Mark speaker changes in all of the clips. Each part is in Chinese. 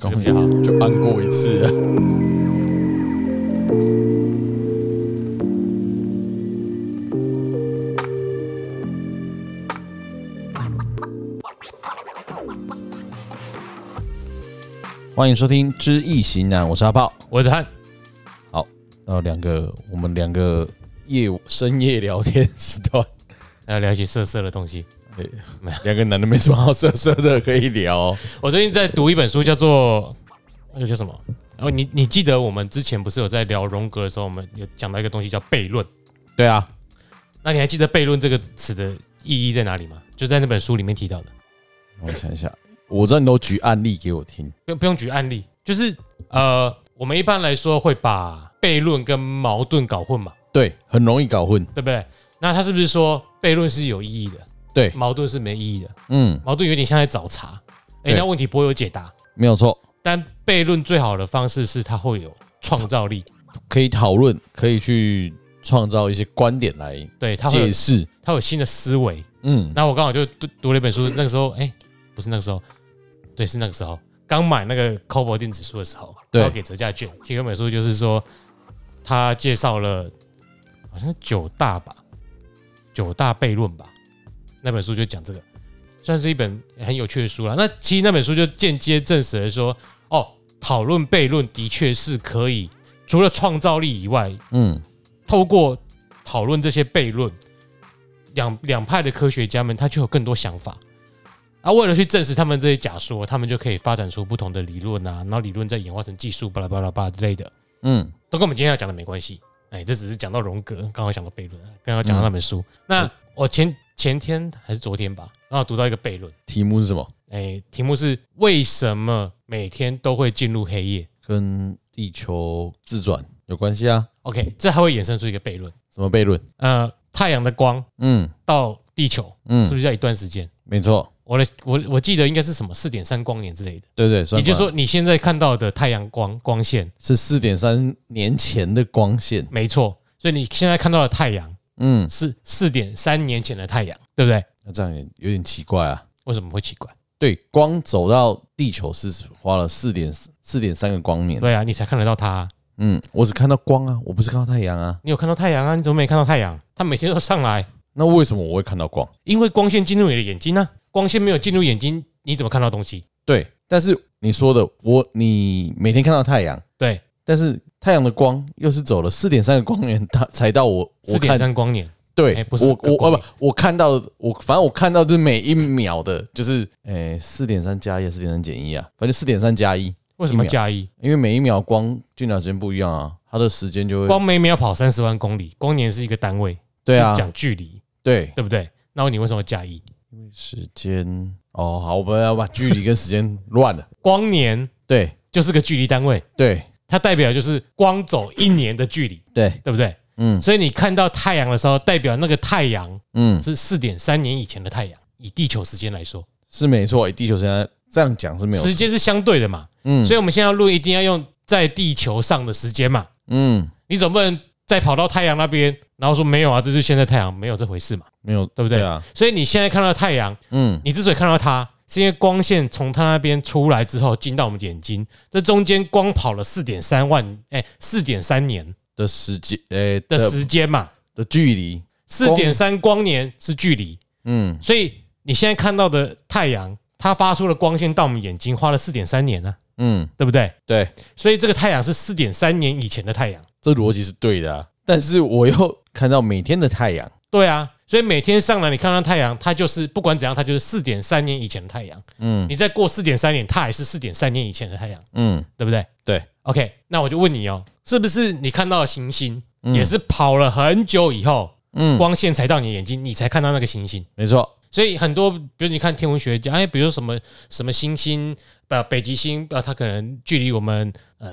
Speaker 1: 恭喜好，就搬过一次了。欢迎收听《知易行难》，我是阿炮。
Speaker 2: 我是汉，
Speaker 1: 呃，两个我们两个夜深夜聊天时段，
Speaker 2: 要聊一些呃色色的东西。
Speaker 1: 两个男的没什么好色色的可以聊哦、
Speaker 2: 我最近在读一本书，叫做那个叫什么？然后你你记得我们之前不是有在聊荣格的时候，我们有讲到一个东西叫悖论。
Speaker 1: 对啊，
Speaker 2: 那你还记得悖论这个词的意义在哪里吗？就在那本书里面提到的，
Speaker 1: 我想一下，我知道你都举案例给我听。
Speaker 2: 不用不用举案例，就是呃，我们一般来说会把悖论跟矛盾搞混嘛，
Speaker 1: 对，很容易搞混。
Speaker 2: 对不对？那他是不是说悖论是有意义的，
Speaker 1: 对，
Speaker 2: 矛盾是没意义的？
Speaker 1: 嗯，
Speaker 2: 矛盾有点像在找茬，哎、
Speaker 1: 对
Speaker 2: 那问题不会有解答，
Speaker 1: 没有错，
Speaker 2: 但悖论最好的方式是它会有创造力，
Speaker 1: 可以讨论，可以去创造一些观点来
Speaker 2: 对，它会有
Speaker 1: 解释。
Speaker 2: 他有新的思维。
Speaker 1: 嗯，
Speaker 2: 那我刚好就读读了一本书，那个时候，哎、不是那个时候，对，是那个时候，刚买那个 Kobo 电子书的时候，
Speaker 1: 对
Speaker 2: 然后给折价券，提供本书就是说，他介绍了好像是九大吧，九大悖论吧，那本书就讲这个，算是一本很有趣的书了。那其实那本书就间接证实了说，哦，讨论悖论的确是可以，除了创造力以外，
Speaker 1: 嗯，
Speaker 2: 透过讨论这些悖论，两两派的科学家们他就有更多想法。啊，为了去证实他们这些假说，他们就可以发展出不同的理论啊，然后理论再演化成技术，巴拉巴拉巴拉之类的，
Speaker 1: 嗯，
Speaker 2: 都跟我们今天要讲的没关系。哎，这只是讲到荣格，刚好讲到悖论，刚刚讲到那本书。那我前前天还是昨天吧，刚好读到一个悖论，
Speaker 1: 题目是什么？
Speaker 2: 哎，题目是为什么每天都会进入黑夜
Speaker 1: 跟地球自转有关系啊？
Speaker 2: ？OK，这还会衍生出一个悖论，
Speaker 1: 什么悖论？
Speaker 2: 呃，太阳的光
Speaker 1: 嗯
Speaker 2: 到地球
Speaker 1: 嗯
Speaker 2: 是不，是要一段时间？
Speaker 1: 没错，
Speaker 2: 我的我我记得应该是什么四点三光年之类的，
Speaker 1: 对对，算
Speaker 2: 也就是
Speaker 1: 法
Speaker 2: 说你现在看到的太阳光光线，
Speaker 1: 是四点三年前的光线。
Speaker 2: 没错，所以你现在看到的太阳
Speaker 1: 嗯，
Speaker 2: 是四点三年前的太阳，对不对？
Speaker 1: 那这样也有点奇怪啊。
Speaker 2: 为什么会奇怪？
Speaker 1: 对，光走到地球是花了四点四点三个光年。
Speaker 2: 对啊，你才看得到它啊、
Speaker 1: 嗯，我只看到光啊，我不是看到太阳啊。
Speaker 2: 你有看到太阳啊？你怎么没看到太阳？它每天都上来，
Speaker 1: 那为什么我会看到光？
Speaker 2: 因为光线进入你的眼睛呢、光线没有进入眼睛，你怎么看到东西？
Speaker 1: 对，但是你说的，我你每天看到太阳，
Speaker 2: 对，
Speaker 1: 但是太阳的光又是走了四点三个光年，它才到我我
Speaker 2: 四点
Speaker 1: 看
Speaker 2: 三光年，
Speaker 1: 对，
Speaker 2: 哎不是
Speaker 1: 我
Speaker 2: 个
Speaker 1: 我
Speaker 2: 光
Speaker 1: 啊
Speaker 2: 年
Speaker 1: 不，我看到的，我反正我看到就是每一秒的，就是诶四点三加一，四点三减一啊，反正四点三加一，
Speaker 2: 为什
Speaker 1: 一
Speaker 2: 么
Speaker 1: 秒
Speaker 2: 加一？
Speaker 1: 因为每一秒光进来的时间不一样啊，它的时间就会
Speaker 2: 光每秒跑三十万公里，光年是一个单位，
Speaker 1: 对啊
Speaker 2: 是，讲距离，
Speaker 1: 对，
Speaker 2: 对不对？那你为什么加一？
Speaker 1: 时间哦，好，我们要把距离跟时间乱了，
Speaker 2: 光年
Speaker 1: 对
Speaker 2: 就是个距离单位，
Speaker 1: 对
Speaker 2: 它代表就是光走一年的距离，
Speaker 1: 对，
Speaker 2: 对不对？
Speaker 1: 嗯
Speaker 2: 所以你看到太阳的时候，代表那个太阳
Speaker 1: 嗯，
Speaker 2: 是四点三年以前的太阳，以地球时间来说，
Speaker 1: 是没错，以地球现在这样讲是没有错，
Speaker 2: 时间是相对的嘛。
Speaker 1: 嗯
Speaker 2: 所以我们现在要录，一定要用在地球上的时间嘛。
Speaker 1: 嗯，
Speaker 2: 你总不能再跑到太阳那边，然后说没有啊，这就是现在太阳，没有这回事嘛。
Speaker 1: 没有
Speaker 2: 对不对
Speaker 1: 啊，
Speaker 2: 所以你现在看到太阳，
Speaker 1: 嗯
Speaker 2: 你之所以看到它，是因为光线从它那边出来之后进到我们眼睛，这中间光跑了四点三万，哎，四点三年
Speaker 1: 的时间诶
Speaker 2: 的
Speaker 1: 的
Speaker 2: 时间嘛。
Speaker 1: 的距离，
Speaker 2: 四点三光年是距离，
Speaker 1: 嗯，
Speaker 2: 所以你现在看到的太阳，它发出的光线到我们眼睛花了四点三年呢、
Speaker 1: 嗯，
Speaker 2: 对不对？
Speaker 1: 对，
Speaker 2: 所以这个太阳是四点三年以前的太阳，
Speaker 1: 这逻辑是对的、啊，但是我又看到每天的太阳，
Speaker 2: 对啊，所以每天上来你看到太阳，它就是不管怎样，它就是四点三年以前的太阳。
Speaker 1: 嗯
Speaker 2: 你再过四点三年，它还是四点三年以前的太阳，
Speaker 1: 嗯，
Speaker 2: 对不对
Speaker 1: 对，
Speaker 2: ？OK，那我就问你哦，是不是你看到的行星也是跑了很久以后，
Speaker 1: 嗯，
Speaker 2: 光线才到你眼睛，你才看到那个行星？
Speaker 1: 没错，
Speaker 2: 所以很多，比如你看天文学家，哎，比如什么什么星星，呃，北极星，呃，它可能距离我们，呃，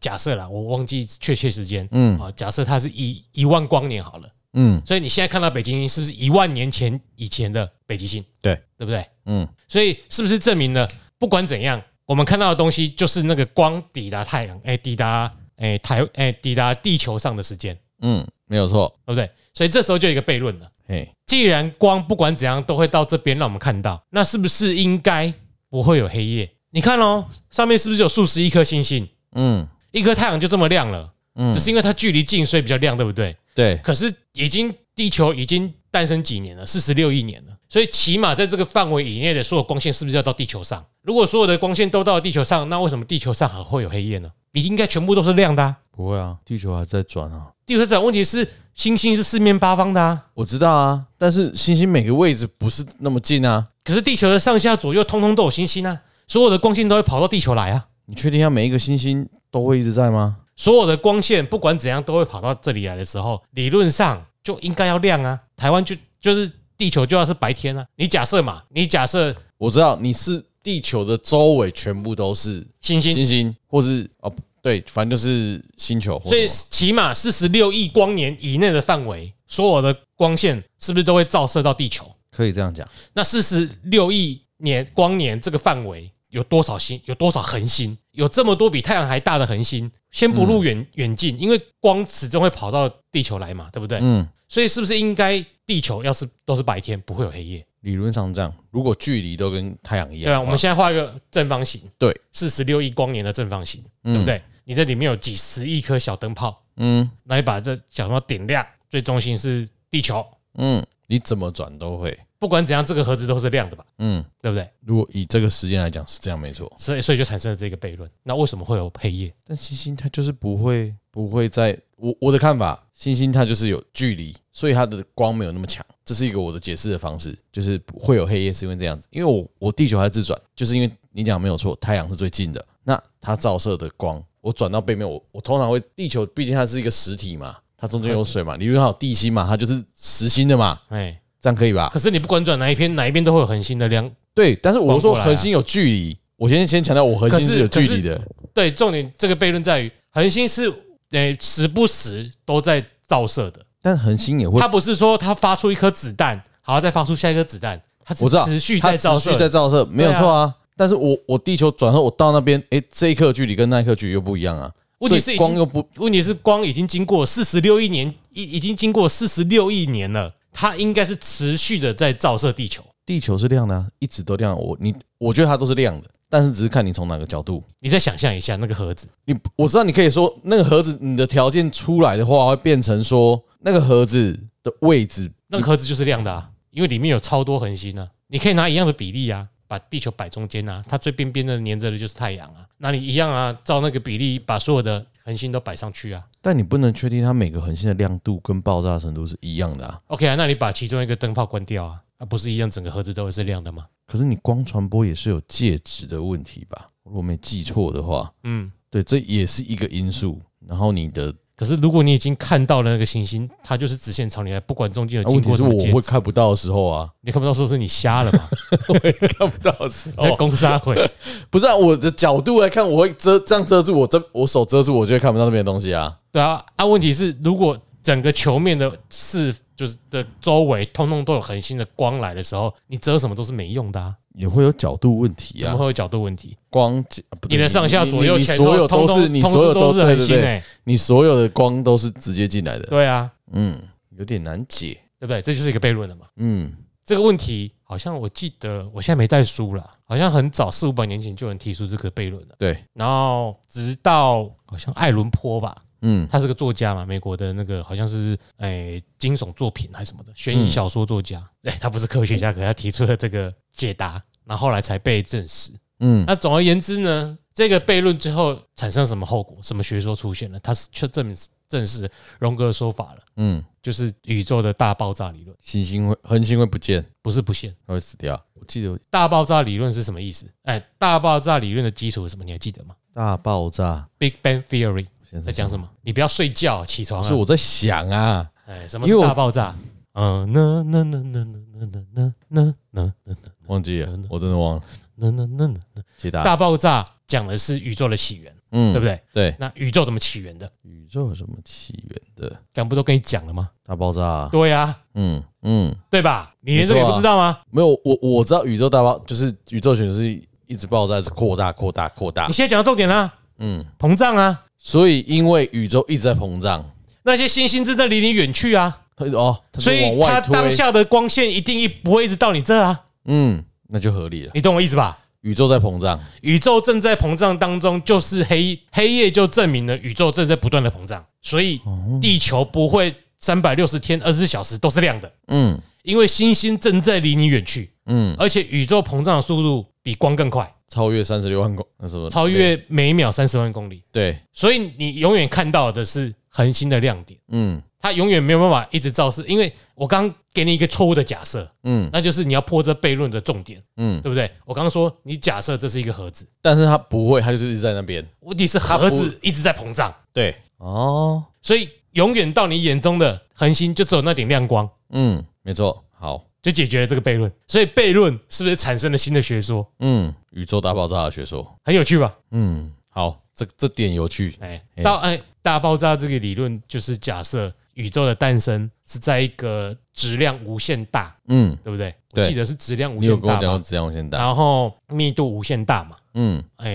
Speaker 2: 假设啦，我忘记确切时间，
Speaker 1: 嗯
Speaker 2: 啊，假设它是一一万光年好了，
Speaker 1: 嗯
Speaker 2: 所以你现在看到北极星是不是一万年前以前的北极星？
Speaker 1: 对，
Speaker 2: 对不对？
Speaker 1: 嗯，
Speaker 2: 所以是不是证明了，不管怎样，我们看到的东西就是那个光抵达太阳，哎，抵达，哎，台，哎，抵达地球上的时间，
Speaker 1: 嗯，没有错，
Speaker 2: 对不对？所以这时候就有一个悖论了。
Speaker 1: 嘿，
Speaker 2: 既然光不管怎样都会到这边让我们看到，那是不是应该不会有黑夜？你看哦，上面是不是有数十亿颗星星？
Speaker 1: 嗯，
Speaker 2: 一颗太阳就这么亮了，
Speaker 1: 嗯
Speaker 2: 只是因为它距离近，所以比较亮，对不对？
Speaker 1: 对，
Speaker 2: 可是已经地球已经诞生几年了，四十六亿年了，所以起码在这个范围以内的所有光线是不是要到地球上？如果所有的光线都到地球上，那为什么地球上还会有黑夜呢？你应该全部都是亮的、啊。
Speaker 1: 不会啊，地球还在转啊。
Speaker 2: 地球转问题是星星是四面八方的啊，
Speaker 1: 我知道啊，但是星星每个位置不是那么近啊。
Speaker 2: 可是地球的上下左右通通都有星星啊，所有的光线都会跑到地球来啊，
Speaker 1: 你确定要每一个星星都会一直在吗？
Speaker 2: 所有的光线不管怎样都会跑到这里来的时候，理论上就应该要亮啊。台湾就就是地球就要是白天啊，你假设嘛，你假设
Speaker 1: 我知道你是地球的周围全部都是
Speaker 2: 星星
Speaker 1: 星星，或是哦，对，反正就是星球或什么。
Speaker 2: 所以起码四十六亿光年以内的范围，所有的光线是不是都会照射到地球？
Speaker 1: 可以这样讲，
Speaker 2: 那四十六亿年光年这个范围有多少星？有多少恒星？有这么多比太阳还大的恒星？先不入
Speaker 1: 嗯
Speaker 2: 远远近，因为光始终会跑到地球来嘛，对不对？
Speaker 1: 嗯，
Speaker 2: 所以是不是应该地球要是都是白天，不会有黑夜？
Speaker 1: 理论上这样。如果距离都跟太阳一样
Speaker 2: 对
Speaker 1: 的
Speaker 2: 啊，
Speaker 1: 话，
Speaker 2: 我们现在画一个正方形，
Speaker 1: 对，
Speaker 2: 四十六亿光年的正方形，对不对？你这里面有几十亿颗小灯泡，
Speaker 1: 嗯
Speaker 2: 那你把这小灯泡点亮，最中心是地球，
Speaker 1: 嗯，你怎么转都会，
Speaker 2: 不管怎样，这个盒子都是亮的吧，
Speaker 1: 嗯。
Speaker 2: 对不对？
Speaker 1: 如果以这个时间来讲是这样没错，
Speaker 2: 所以所以就产生了这个悖论。那为什么会有黑夜？
Speaker 1: 但星星它就是不会不会在我我的看法，星星它就是有距离，所以它的光没有那么强，这是一个我的解释的方式，就是会有黑夜是因为这样子，因为我我地球还在自转，就是因为你讲没有错，太阳是最近的，那它照射的光，我转到背面，我我通常会地球毕竟它是一个实体嘛，它中间有水嘛，理论上有地心嘛，它就是实心的嘛，
Speaker 2: 哎，
Speaker 1: 这样可以吧？
Speaker 2: 可是你不管转哪一边，哪一边都会有恒星的亮。
Speaker 1: 对，但是我
Speaker 2: 光过
Speaker 1: 说
Speaker 2: 来啊
Speaker 1: 核心有距离，我先先强调我核心
Speaker 2: 可是
Speaker 1: 是有距
Speaker 2: 可是
Speaker 1: 离的，
Speaker 2: 对，重点这个悖论在于恒星是哎时不时都在照射的，
Speaker 1: 但恒星也会
Speaker 2: 它不是说它发出一颗子弹，好再发出下一颗子弹，它是
Speaker 1: 我知道
Speaker 2: 持续在照
Speaker 1: 它持续在
Speaker 2: 射。
Speaker 1: 照射，没有错啊。但是我我地球转后，我到那边，诶，这一刻距离跟那一刻距离又不一样啊。
Speaker 2: 问题是
Speaker 1: 所以
Speaker 2: 已经
Speaker 1: 光又不
Speaker 2: 问题是光已经经过四十六亿年，已已经经过四十六亿年了，它应该是持续的在照射地球。
Speaker 1: 地球是亮的、啊，一直都亮。我你我觉得它都是亮的，但是只是看你从哪个角度。
Speaker 2: 你再想象一下那个盒子，
Speaker 1: 你我知道你可以说那个盒子，你的条件出来的话，会变成说那个盒子的位置，
Speaker 2: 那个盒子就是亮的、啊，因为里面有超多恒星啊。你可以拿一样的比例啊，把地球摆中间啊，它最边边的粘着的就是太阳啊。那你一样啊，照那个比例把所有的恒星都摆上去啊。
Speaker 1: 但你不能确定它每个恒星的亮度跟爆炸程度是一样的啊。
Speaker 2: OK 啊，那你把其中一个灯泡关掉啊，啊不是一样整个盒子都是亮的吗？
Speaker 1: 可是你光传播也是有介质的问题吧？如果没记错的话，
Speaker 2: 嗯，
Speaker 1: 对，这也是一个因素。然后你的
Speaker 2: 可是如果你已经看到了那个行星，它就是直线朝你来，不管中间有
Speaker 1: 那
Speaker 2: 经
Speaker 1: 啊问题
Speaker 2: 过
Speaker 1: 是
Speaker 2: 什么介
Speaker 1: 我会
Speaker 2: 质
Speaker 1: 看不到的时候啊，
Speaker 2: 你看不到，说是你瞎了 嘛？
Speaker 1: 我会 看不到的时
Speaker 2: 你在，攻杀鬼，
Speaker 1: 哎不是啊，我的角度来看，我会遮这样遮住我这我手遮住，我就会看不到那边的东西啊。
Speaker 2: 对啊，啊，问题是如果整个球面的四就是的周围通通都有恒星的光来的时候，你遮什么都是没用的啊，
Speaker 1: 也会有角度问题
Speaker 2: 怎么
Speaker 1: 啊，
Speaker 2: 会有角度问题？
Speaker 1: 光啊不对
Speaker 2: 你的上下左右
Speaker 1: 你你
Speaker 2: 前
Speaker 1: 所
Speaker 2: 后
Speaker 1: 有
Speaker 2: 通
Speaker 1: 都是欸
Speaker 2: 通
Speaker 1: 你
Speaker 2: 通
Speaker 1: 所有
Speaker 2: 通都是
Speaker 1: 对
Speaker 2: 恒
Speaker 1: 对
Speaker 2: 星
Speaker 1: 对，
Speaker 2: 哎，
Speaker 1: 你所有的光都是直接进来的，
Speaker 2: 对啊，
Speaker 1: 嗯，有点难解，
Speaker 2: 对不对？这就是一个悖论了嘛。
Speaker 1: 嗯，
Speaker 2: 这个问题好像我记得，我现在没带书啦，好像很早四五百年前就有人提出这个悖论了。
Speaker 1: 对，
Speaker 2: 然后直到好像爱伦坡吧，
Speaker 1: 嗯
Speaker 2: 他是个作家嘛，美国的那个好像是诶、惊悚作品还是什么的悬疑小说作家。 哎、他不是科学家，可他提出了这个解答，然后后来才被证实。
Speaker 1: 嗯，
Speaker 2: 那总而言之呢，这个悖论最后产生什么后果？什么学说出现了？它是却证明证实荣格的说法了，
Speaker 1: 嗯，
Speaker 2: 就是宇宙的大爆炸理论，
Speaker 1: 行星会恒星会不见，
Speaker 2: 不是不现。
Speaker 1: 它会死掉。我记得
Speaker 2: 大爆炸理论是什么意思？哎，大爆炸理论的基础是什么？你还记得吗
Speaker 1: 大爆炸
Speaker 2: ？Big Bang Theory
Speaker 1: 现在
Speaker 2: 在讲什么？你不要睡觉，起床
Speaker 1: 不
Speaker 2: 啊！
Speaker 1: 是我在想啊，
Speaker 2: 哎，什么是大爆炸？嗯，那那那那那那那那那
Speaker 1: 忘记了，我真的忘了
Speaker 2: 那那那那
Speaker 1: 解答。
Speaker 2: 大爆炸讲的是宇宙的起源，
Speaker 1: 嗯
Speaker 2: 对不？对？
Speaker 1: 对，
Speaker 2: 那宇宙怎么起源的？
Speaker 1: 宇宙有什么起源的？
Speaker 2: 刚不都跟你讲了吗？
Speaker 1: 大爆炸、啊
Speaker 2: 对呀，
Speaker 1: 嗯嗯，
Speaker 2: 对吧？你连这个也
Speaker 1: 没错啊
Speaker 2: 不知道吗？
Speaker 1: 没有，我我知道宇宙大爆就是宇宙全是一直爆炸，一直扩大扩大扩大
Speaker 2: 你。现在讲到重点啦，
Speaker 1: 嗯，
Speaker 2: 膨胀啊，
Speaker 1: 所以因为宇宙一直在膨胀，
Speaker 2: 那些星星正在离你远去啊，
Speaker 1: 它哦，它是
Speaker 2: 所以
Speaker 1: 往
Speaker 2: 它
Speaker 1: 外推
Speaker 2: 当下的光线一定一不会一直到你这啊，
Speaker 1: 嗯，那就合理了。
Speaker 2: 你懂我意思吧？
Speaker 1: 宇宙在膨胀，
Speaker 2: 宇宙正在膨胀当中，就是黑黑夜就证明了宇宙正在不断的膨胀，所以地球不会三百六十天二十四小时都是亮的，
Speaker 1: 嗯
Speaker 2: 因为星星正在离你远去，
Speaker 1: 嗯，
Speaker 2: 而且宇宙膨胀的速度比光更快，
Speaker 1: 超越三十六万公那什么，
Speaker 2: 超越每秒三十万公里，
Speaker 1: 对，
Speaker 2: 所以你永远看到的是恒星的亮点，
Speaker 1: 嗯
Speaker 2: 它永远没有办法一直照射，因为我刚给你一个错误的假设，
Speaker 1: 嗯
Speaker 2: 那就是你要破这悖论的重点，
Speaker 1: 嗯，
Speaker 2: 对不对？我刚刚说你假设这是一个盒子，
Speaker 1: 但是它不会，它就是一直在那边，
Speaker 2: 问题是盒子一直在膨胀。
Speaker 1: 对，哦，
Speaker 2: 所以永远到你眼中的恒星就只有那点亮光，
Speaker 1: 嗯，没错，好，
Speaker 2: 就解决了这个悖论。所以悖论是不是产生了新的学说？
Speaker 1: 嗯，宇宙大爆炸的学说，
Speaker 2: 很有趣吧？
Speaker 1: 嗯，好，这这点有趣，
Speaker 2: 哎，到哎大爆炸这个理论就是假设宇宙的诞生是在一个质量无限大，
Speaker 1: 嗯，
Speaker 2: 对不对？我
Speaker 1: 对
Speaker 2: 记得是质量无
Speaker 1: 你有
Speaker 2: 限
Speaker 1: 跟我
Speaker 2: 大
Speaker 1: 讲过
Speaker 2: 嘛，
Speaker 1: 质量无限大，
Speaker 2: 然后密度无限大嘛，
Speaker 1: 嗯，
Speaker 2: 哎，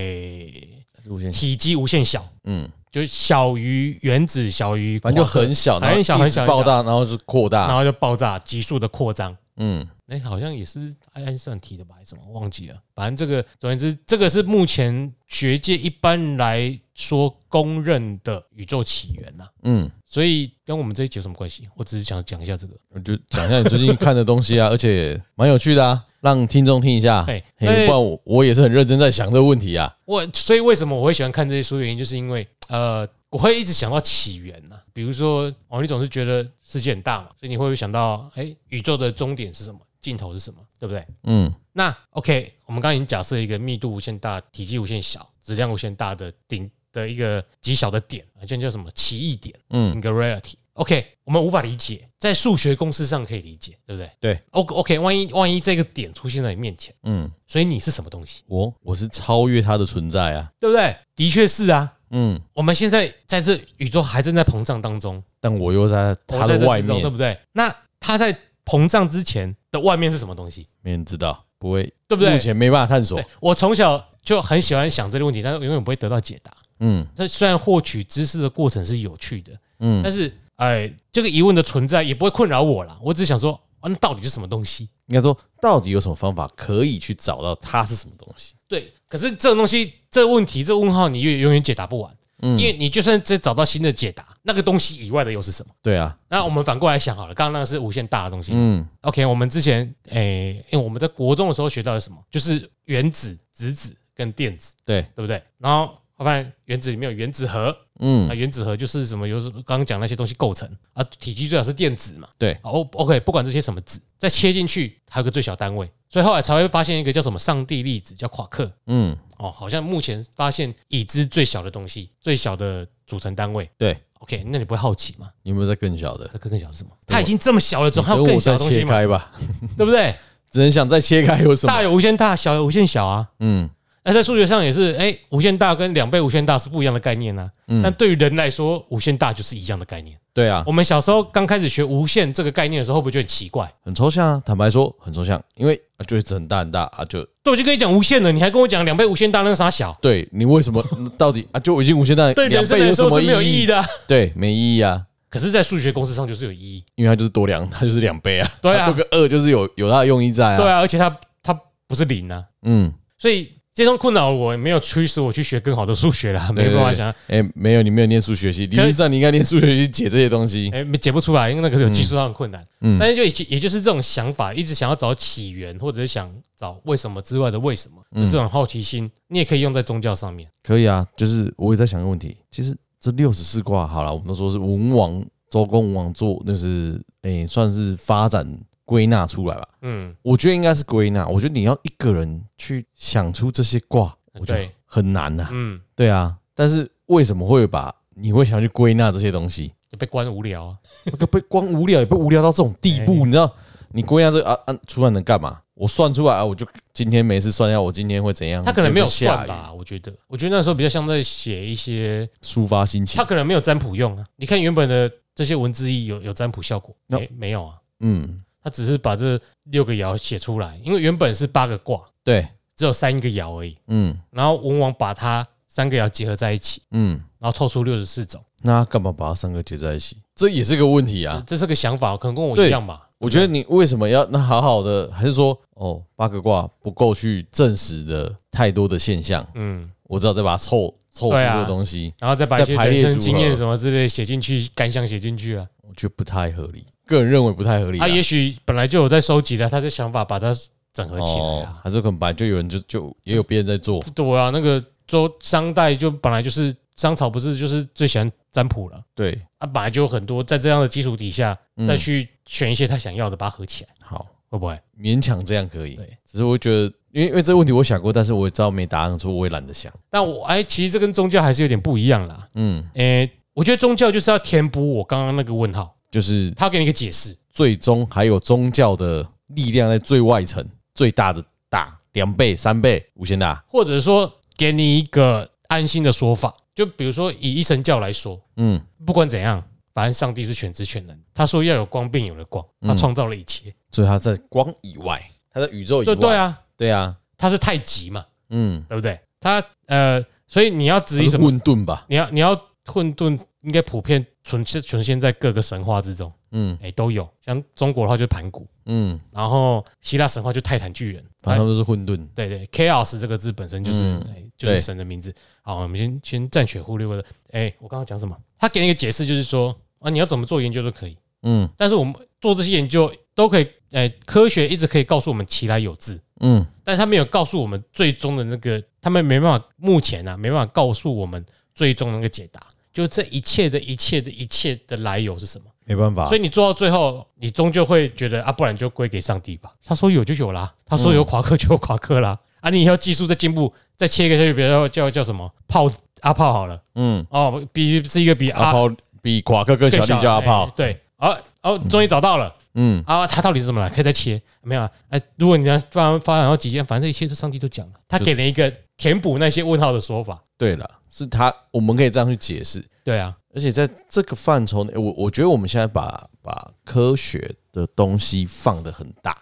Speaker 1: 是无限，
Speaker 2: 体积无限小，
Speaker 1: 嗯，
Speaker 2: 就是小于原子，小于
Speaker 1: 反正就很小，然后
Speaker 2: 很小
Speaker 1: 一直
Speaker 2: 很小
Speaker 1: 爆大，然后是扩
Speaker 2: 然
Speaker 1: 大，
Speaker 2: 后就爆炸，急速的扩张。
Speaker 1: 嗯
Speaker 2: 哎、好像也是爱因斯坦提的吧，还是什么忘记了。反正这个，总而言之，这个是目前学界一般来说公认的宇宙起源啊呐、
Speaker 1: 嗯，
Speaker 2: 所以跟我们这一集有什么关系？我只是想讲一下这个。
Speaker 1: 我就讲一下你最近看的东西 啊，而且蛮有趣的啊，让听众听一下，
Speaker 2: 哎
Speaker 1: 嘿
Speaker 2: 哎
Speaker 1: 不然我我也是很认真在想这个问题啊，
Speaker 2: 我所以为什么我会喜欢看这些书？原因就是因为呃，我会一直想到起源呐、比如说，哦，你总是觉得世界很大嘛，所以你会不会想到，哎、宇宙的终点是什么？尽头是什么？对不对？
Speaker 1: 嗯
Speaker 2: 那 OK，我们刚刚已经假设一个密度无限大、体积无限小、质量无限大的顶的一个极小的点，啊，这叫什么奇异点
Speaker 1: 嗯，
Speaker 2: （singularity）。OK，我们无法理解，在数学公式上可以理解，对不对
Speaker 1: 对，
Speaker 2: ？O OK，万一万一这个点出现在你面前，
Speaker 1: 嗯，
Speaker 2: 所以你是什么东西，
Speaker 1: 我我是超越它的存在啊，
Speaker 2: 对不对？的确是啊，
Speaker 1: 嗯，
Speaker 2: 我们现在在这宇宙还正在膨胀当中，
Speaker 1: 但我又在它
Speaker 2: 我在
Speaker 1: 的
Speaker 2: 这
Speaker 1: 外
Speaker 2: 之中对
Speaker 1: 面，
Speaker 2: 不对？那它在膨胀之前的外面是什么东西，
Speaker 1: 没人知道，不会，
Speaker 2: 对不对？
Speaker 1: 目前没办法探索
Speaker 2: 对，我从小就很喜欢想这个问题，但是永远不会得到解答。
Speaker 1: 嗯
Speaker 2: 那虽然获取知识的过程是有趣的，
Speaker 1: 嗯
Speaker 2: 但是哎，这个疑问的存在也不会困扰我啦。我只想说，啊，那到底是什么东西？
Speaker 1: 应该说，到底有什么方法可以去找到它是什么东西？
Speaker 2: 对，可是这种东西，这个问题，这个问号，你永永远解答不完，
Speaker 1: 嗯
Speaker 2: 因为你就算再找到新的解答，那个东西以外的又是什么？
Speaker 1: 对啊，
Speaker 2: 那我们反过来想好了，刚刚那个是无限大的东西。
Speaker 1: 嗯
Speaker 2: OK，我们之前诶、因为我们在国中的时候学到的什么，就是原子、质子跟电子，
Speaker 1: 对，
Speaker 2: 对不对？然后我发现原子里面有原子核，啊，
Speaker 1: 嗯
Speaker 2: 原子核就是什么，有什么刚刚讲那些东西构成啊，体积最好是电子嘛。
Speaker 1: 对，
Speaker 2: 好，O OK，不管这些什么子，再切进去，还有个最小单位，所以后来才会发现一个叫什么上帝粒子，叫夸克。
Speaker 1: 嗯
Speaker 2: 哦，好像目前发现已知最小的东西，最小的组成单位。
Speaker 1: 对，
Speaker 2: OK，那你不会好奇吗？
Speaker 1: 你有没有在更小的？
Speaker 2: 它更更小是什么？它已经这么小了，总还有
Speaker 1: 等
Speaker 2: 更
Speaker 1: 我
Speaker 2: 小
Speaker 1: 再
Speaker 2: 的东西
Speaker 1: 切
Speaker 2: 嘛，
Speaker 1: 开吧，
Speaker 2: 对不对？
Speaker 1: 只能想再切开有什
Speaker 2: 大
Speaker 1: 么？
Speaker 2: 有无限大，小有无限小啊。
Speaker 1: 嗯
Speaker 2: 那在数学上也是，哎、无限大跟两倍无限大是不一样的概念啊。但
Speaker 1: 嗯，
Speaker 2: 对于人来说，无限大就是一样的概念。
Speaker 1: 对啊，
Speaker 2: 我们小时候刚开始学无限这个概念的时候，会不会觉得很奇怪？
Speaker 1: 很抽象啊，坦白说很抽象，因为啊就是很大很大啊，就
Speaker 2: 对，我就跟你讲无限了，你还跟我讲两倍无限大，那个啥小？
Speaker 1: 对你为什么到底啊就已经无限大，
Speaker 2: 对人
Speaker 1: 两
Speaker 2: 生
Speaker 1: 倍
Speaker 2: 来
Speaker 1: 有什
Speaker 2: 说
Speaker 1: 么
Speaker 2: 是没有意
Speaker 1: 意
Speaker 2: 义？的啊、
Speaker 1: 对，没意义啊，
Speaker 2: 可是，在数学公式上就是有意义。
Speaker 1: 因为它就是多两，它就是两倍啊，
Speaker 2: 对
Speaker 1: 它
Speaker 2: 啊
Speaker 1: 多，个二就是有有它的用意在啊，
Speaker 2: 对啊，而且它它不是零啊，
Speaker 1: 嗯，
Speaker 2: 所以这种困扰我也没有驱使我去学更好的数学啦，没
Speaker 1: 对
Speaker 2: 有办法想，
Speaker 1: 哎、没有，你没有念数学系，理
Speaker 2: 是
Speaker 1: 论上你应该念数学系解这些东西。
Speaker 2: 哎，没解不出来，因为那个是有技术上的困难。
Speaker 1: 嗯
Speaker 2: 但是就也就也就是这种想法，一直想要找起源，或者是想找为什么之外的为什么，
Speaker 1: 嗯
Speaker 2: 这种好奇心，你也可以用在宗教上面。
Speaker 1: 可以啊，就是我也在想个问题，其实这六十四卦好了，我们都说是文王、周公文王做，就是诶、算是发展归纳出来吧。
Speaker 2: 嗯，
Speaker 1: 我觉得应该是归纳，我觉得你要一个人去想出这些卦，我觉得
Speaker 2: 哎对
Speaker 1: 很难呐、
Speaker 2: 嗯，
Speaker 1: 对啊，但是为什么会把你会想去归纳这些东 西？
Speaker 2: 被关得无聊啊。
Speaker 1: 我被光无聊也被无聊到这种地步，你知道？你归纳这个啊啊，出来能干嘛？我算出来啊，我就今天没事算一下，我今天会怎样？
Speaker 2: 他可能没有
Speaker 1: 嗯
Speaker 2: 算
Speaker 1: 今天会下雨，
Speaker 2: 吧，我觉得，我觉得那时候比较像在写一些，
Speaker 1: 抒发心情
Speaker 2: 他。可能没有占卜用啊。你看原本的这些文字意有有占卜效果，
Speaker 1: No
Speaker 2: 没没有啊？
Speaker 1: 嗯，
Speaker 2: 他只是把这六个爻写出来，因为原本是八个卦，
Speaker 1: 对，
Speaker 2: 只有三个爻而已。
Speaker 1: 嗯
Speaker 2: 然后文王把它三个爻结合在一起，
Speaker 1: 嗯，
Speaker 2: 然后凑出六十四种。
Speaker 1: 那干嘛把它三个结在一起？这也是个问题
Speaker 2: 这
Speaker 1: 啊。
Speaker 2: 这是个想法，可能跟我
Speaker 1: 对
Speaker 2: 一样吧。
Speaker 1: 我觉得你为什么要那好好的，还是说哦八个卦不够去证实的太多的现象，
Speaker 2: 嗯，
Speaker 1: 我只好再把它凑凑出
Speaker 2: 对啊
Speaker 1: 这个东西，
Speaker 2: 然后再把一
Speaker 1: 再
Speaker 2: 些
Speaker 1: 排
Speaker 2: 人
Speaker 1: 列
Speaker 2: 生
Speaker 1: 组
Speaker 2: 经
Speaker 1: 合啊
Speaker 2: 验什么之类写进去，感想写进去啊。
Speaker 1: 我觉得不太合理，个人认为不太合理啊。
Speaker 2: 他也许本来就有在收集的，他的想法把它整合起来
Speaker 1: 哦
Speaker 2: 啊。
Speaker 1: 还是可能本来就有人就就也有别人在做，
Speaker 2: 对啊，那个周商代就本来就是商朝，不是就是最喜欢占卜了
Speaker 1: 对，
Speaker 2: 啊，本来就有很多在这样的基础底下，
Speaker 1: 嗯
Speaker 2: 再去选一些他想要的，把它合起来，
Speaker 1: 好。
Speaker 2: 会不会？
Speaker 1: 勉强这样可以
Speaker 2: 对，
Speaker 1: 只是我觉得，因为因为这个问题我想过，但是我也知道没答案，所以我也懒得想。
Speaker 2: 但我哎，其实这跟宗教还是有点不一样啦。
Speaker 1: 嗯，
Speaker 2: 诶，我觉得宗教就是要填补我刚刚那个问号，
Speaker 1: 就是
Speaker 2: 他要给你一个解释。
Speaker 1: 最终还有宗教的力量在最外层，最大的大两倍、三倍、无限大。
Speaker 2: 或者说给你一个安心的说法。就比如说以一神教来说，
Speaker 1: 嗯，
Speaker 2: 不管怎样，反正上帝是全知全能，他说要有光便有了光，他创造了一切。
Speaker 1: 所以它在光以外，它在宇宙以外。
Speaker 2: 对对，啊，
Speaker 1: 对啊，
Speaker 2: 他是太极嘛，
Speaker 1: 嗯，
Speaker 2: 对不对？他呃，所以你要质
Speaker 1: 它
Speaker 2: 疑
Speaker 1: 是
Speaker 2: 什么？
Speaker 1: 混沌吧？
Speaker 2: 你要你要混沌应该普遍存存现在各个神话之中，
Speaker 1: 嗯
Speaker 2: 哎、都有。像中国的话就是盘古，
Speaker 1: 嗯，
Speaker 2: 然后希腊神话就泰坦巨人，
Speaker 1: 反正都是混沌。
Speaker 2: 对对，chaos 这个字本身就是、
Speaker 1: 嗯
Speaker 2: 哎就是
Speaker 1: 对
Speaker 2: 神的名字。好，我们先先暂且忽略了。哎，我刚刚讲什么？他给你一个解释，就是说啊，你要怎么做研究都可以，
Speaker 1: 嗯
Speaker 2: 但是我们做这些研究都可以，哎，科学一直可以告诉我们其来有自，
Speaker 1: 嗯
Speaker 2: 但是他没有告诉我们最终的那个，他们没办法，目前啊没办法告诉我们最终那个解答，就这一切的一切的一切的来由是什么。
Speaker 1: 没办法
Speaker 2: 所，以你做到最后，你终究会觉得啊，不然就归给上帝吧。他说有就有啦，他说
Speaker 1: 嗯
Speaker 2: 有夸克就有夸克啦。啊，你以后技术再进步，再切一个下去，比如说叫叫什么泡阿泡好了，
Speaker 1: 嗯，
Speaker 2: 哦，比是一个比
Speaker 1: 阿
Speaker 2: 阿
Speaker 1: 炮比夸克更小，
Speaker 2: 更
Speaker 1: 力叫阿
Speaker 2: 哎
Speaker 1: 炮。
Speaker 2: 对，哦哦，终于找到了
Speaker 1: 嗯，
Speaker 2: 啊，他到底是怎么来？可以再切没有啊？哎，如果你要发发展到极限，反正这一切都上帝都讲了，他给了一个填补那些问号的说法。
Speaker 1: 对了，是他，我们可以这样去解释。
Speaker 2: 对啊，
Speaker 1: 而且在这个范畴内，我我觉得我们现在把把科学的东西放得很大，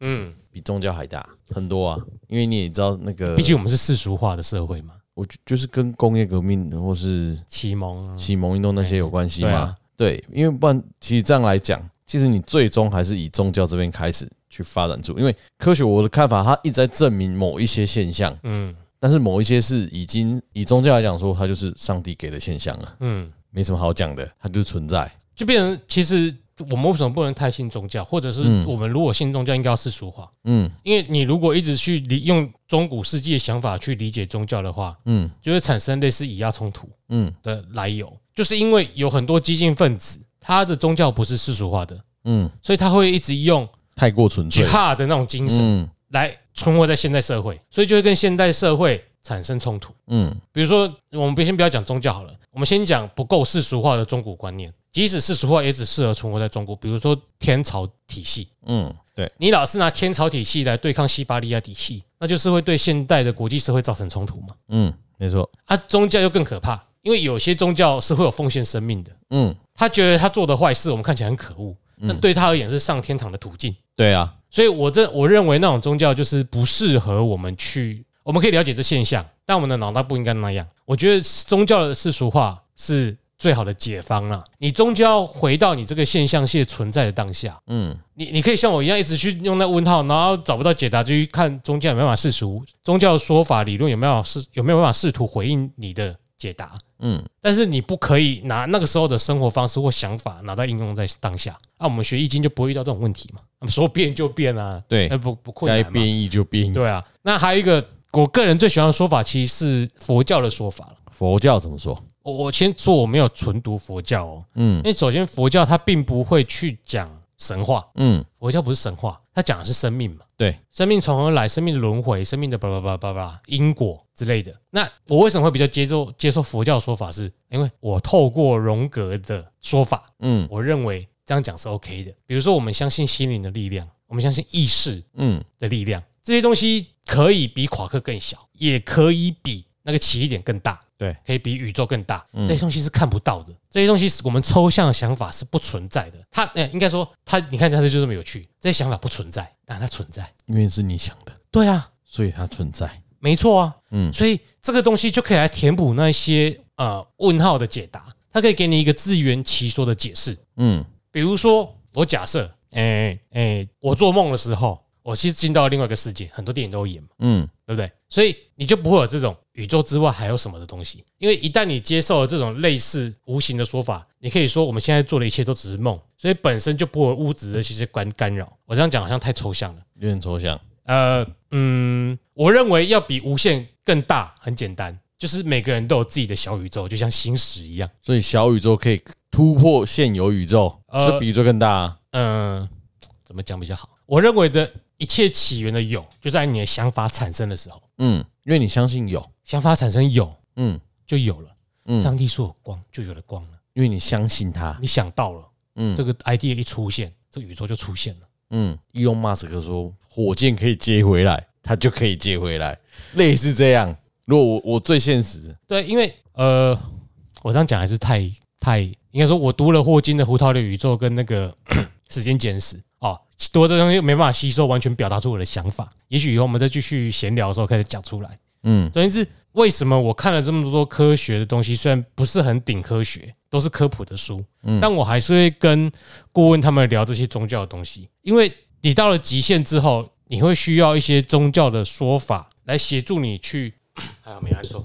Speaker 2: 嗯，
Speaker 1: 比宗教还大很多啊。因为你也知道那个，
Speaker 2: 毕竟我们是世俗化的社会嘛，
Speaker 1: 我就就是跟工业革命或是
Speaker 2: 启蒙啊，
Speaker 1: 启蒙运动那些有关系
Speaker 2: 对
Speaker 1: 嘛
Speaker 2: 啊。
Speaker 1: 对，因为不然，其实这样来讲，其实你最终还是以宗教这边开始去发展出。因为科学，我的看法，它一直在证明某一些现象，
Speaker 2: 嗯
Speaker 1: 但是某一些是已经以宗教来讲说，它就是上帝给的现象了，
Speaker 2: 嗯。
Speaker 1: 没什么好讲的，它就是存在。
Speaker 2: 就变成其实我们为什么不能太信宗教，或者是
Speaker 1: 嗯
Speaker 2: 我们如果信宗教，应该要世俗化，
Speaker 1: 嗯
Speaker 2: 因为你如果一直去理用中古世纪的想法去理解宗教的话，
Speaker 1: 嗯
Speaker 2: 就会产生类似以亚冲突
Speaker 1: 嗯
Speaker 2: 的来由，就是因为有很多激进分子，他的宗教不是世俗化的，
Speaker 1: 嗯，
Speaker 2: 所以他会一直用
Speaker 1: 太过纯粹。
Speaker 2: jihad 的那种精神
Speaker 1: 嗯
Speaker 2: 来存活在现代社会，所以就会跟现代社会产生冲突。
Speaker 1: 嗯
Speaker 2: 比如说，我们先不要讲宗教好了，我们先讲不够世俗化的中古观念。即使世俗化，也只适合存活在中国。比如说天朝体系，
Speaker 1: 嗯，对，
Speaker 2: 你老是拿天朝体系来对抗西法利亚体系，那就是会对现代的国际社会造成冲突嘛。
Speaker 1: 嗯，没错，
Speaker 2: 啊，宗教又更可怕，因为有些宗教是会有奉献生命的。
Speaker 1: 嗯，
Speaker 2: 他觉得他做的坏事，我们看起来很可恶，那对他而言是上天堂的途径。
Speaker 1: 对啊，
Speaker 2: 所以我这我认为那种宗教就是不适合我们去，我们可以了解这现象，但我们的脑袋不应该那样。我觉得宗教的世俗化是最好的解方了、你终究要回到你这个现象系存在的当下，
Speaker 1: 嗯
Speaker 2: 你你可以像我一样一直去用那问号，然后找不到解答，就去看宗教有没有办法世俗，宗教的说法理论有没有试有没有办法试图回应你的解答。
Speaker 1: 嗯，
Speaker 2: 但是你不可以拿那个时候的生活方式或想法拿到应用在当下。啊，我们学易经就不会遇到这种问题嘛？我们说变就变啊，
Speaker 1: 对
Speaker 2: 哎不不困
Speaker 1: 该
Speaker 2: 难嘛
Speaker 1: 变。异就变异。
Speaker 2: 对啊，那还有一个我个人最喜欢的说法，其实是佛教的说法了。
Speaker 1: 佛教怎么说？
Speaker 2: 我我先说我没有纯读佛教哦，
Speaker 1: 嗯
Speaker 2: 因为首先佛教它并不会去讲神话，
Speaker 1: 嗯，
Speaker 2: 佛教不是神话，它讲的是生命嘛。
Speaker 1: 对，
Speaker 2: 生命从何来？生命的轮回，生命的叭叭叭叭叭因果之类的。那我为什么会比较接受接受佛教的说法是？因为我透过荣格的说法，
Speaker 1: 嗯
Speaker 2: 我认为这样讲是 OK 的。比如说，我们相信心灵的力量，我们相信意识
Speaker 1: 嗯
Speaker 2: 的力量，这些东西可以比夸克更小，也可以比那个奇异点更大，
Speaker 1: 对，
Speaker 2: 可以比宇宙更大。这些东西是看不到的，这些东西是我们抽象的想法是不存在的。它，呃、应该说它，你看它这就这么有趣，这些想法不存在，但它存在。
Speaker 1: 因为是你想的，
Speaker 2: 对啊，
Speaker 1: 所以它存在。
Speaker 2: 没错啊，
Speaker 1: 嗯
Speaker 2: 所以这个东西就可以来填补那些呃问号的解答，它可以给你一个自圆其说的解释。
Speaker 1: 嗯
Speaker 2: 比如说，我假设哎、哎、我做梦的时候，我其实进到另外一个世界，很多电影都有演嘛，
Speaker 1: 嗯，
Speaker 2: 对不对？所以你就不会有这种宇宙之外还有什么的东西，因为一旦你接受了这种类似无形的说法，你可以说我们现在做的一切都只是梦，所以本身就不会有物质的这些干干扰。我这样讲好像太抽象了。
Speaker 1: 有点抽象。
Speaker 2: 呃，嗯，我认为要比无限更大，很简单，就是每个人都有自己的小宇宙，就像星矢一样。
Speaker 1: 所以小宇宙可以突破现有宇宙，
Speaker 2: 呃
Speaker 1: 是比宇宙更大、啊。
Speaker 2: 嗯、怎么讲比较好？我认为的一切起源的有，就在你的想法产生的时候，
Speaker 1: 嗯，因为你相信有，
Speaker 2: 想法产生有
Speaker 1: 嗯
Speaker 2: 就有了。
Speaker 1: 嗯
Speaker 2: 上帝说有光，就有了光了。
Speaker 1: 因为你相信它，
Speaker 2: 你想到了，
Speaker 1: 嗯
Speaker 2: 这个 idea 一出现，这宇宙就出现了。
Speaker 1: 嗯。伊隆马斯克说火箭可以接回来，它就可以接回来，类似这样。如果我我最现实，
Speaker 2: 对，因为呃，我这样讲还是太太，应该说我读了霍金的《胡桃的宇宙》跟那个 《时间简史》哦，多的东西没办法吸收，完全表达出我的想法。也许以后我们再继续闲聊的时候开始讲出来。
Speaker 1: 嗯
Speaker 2: 总而言之，为什么我看了这么多科学的东西，虽然不是很顶科学，都是科普的书，但我还是会跟顾问他们聊这些宗教的东西，因为你到了极限之后，你会需要一些宗教的说法来协助你去。 还好没按错。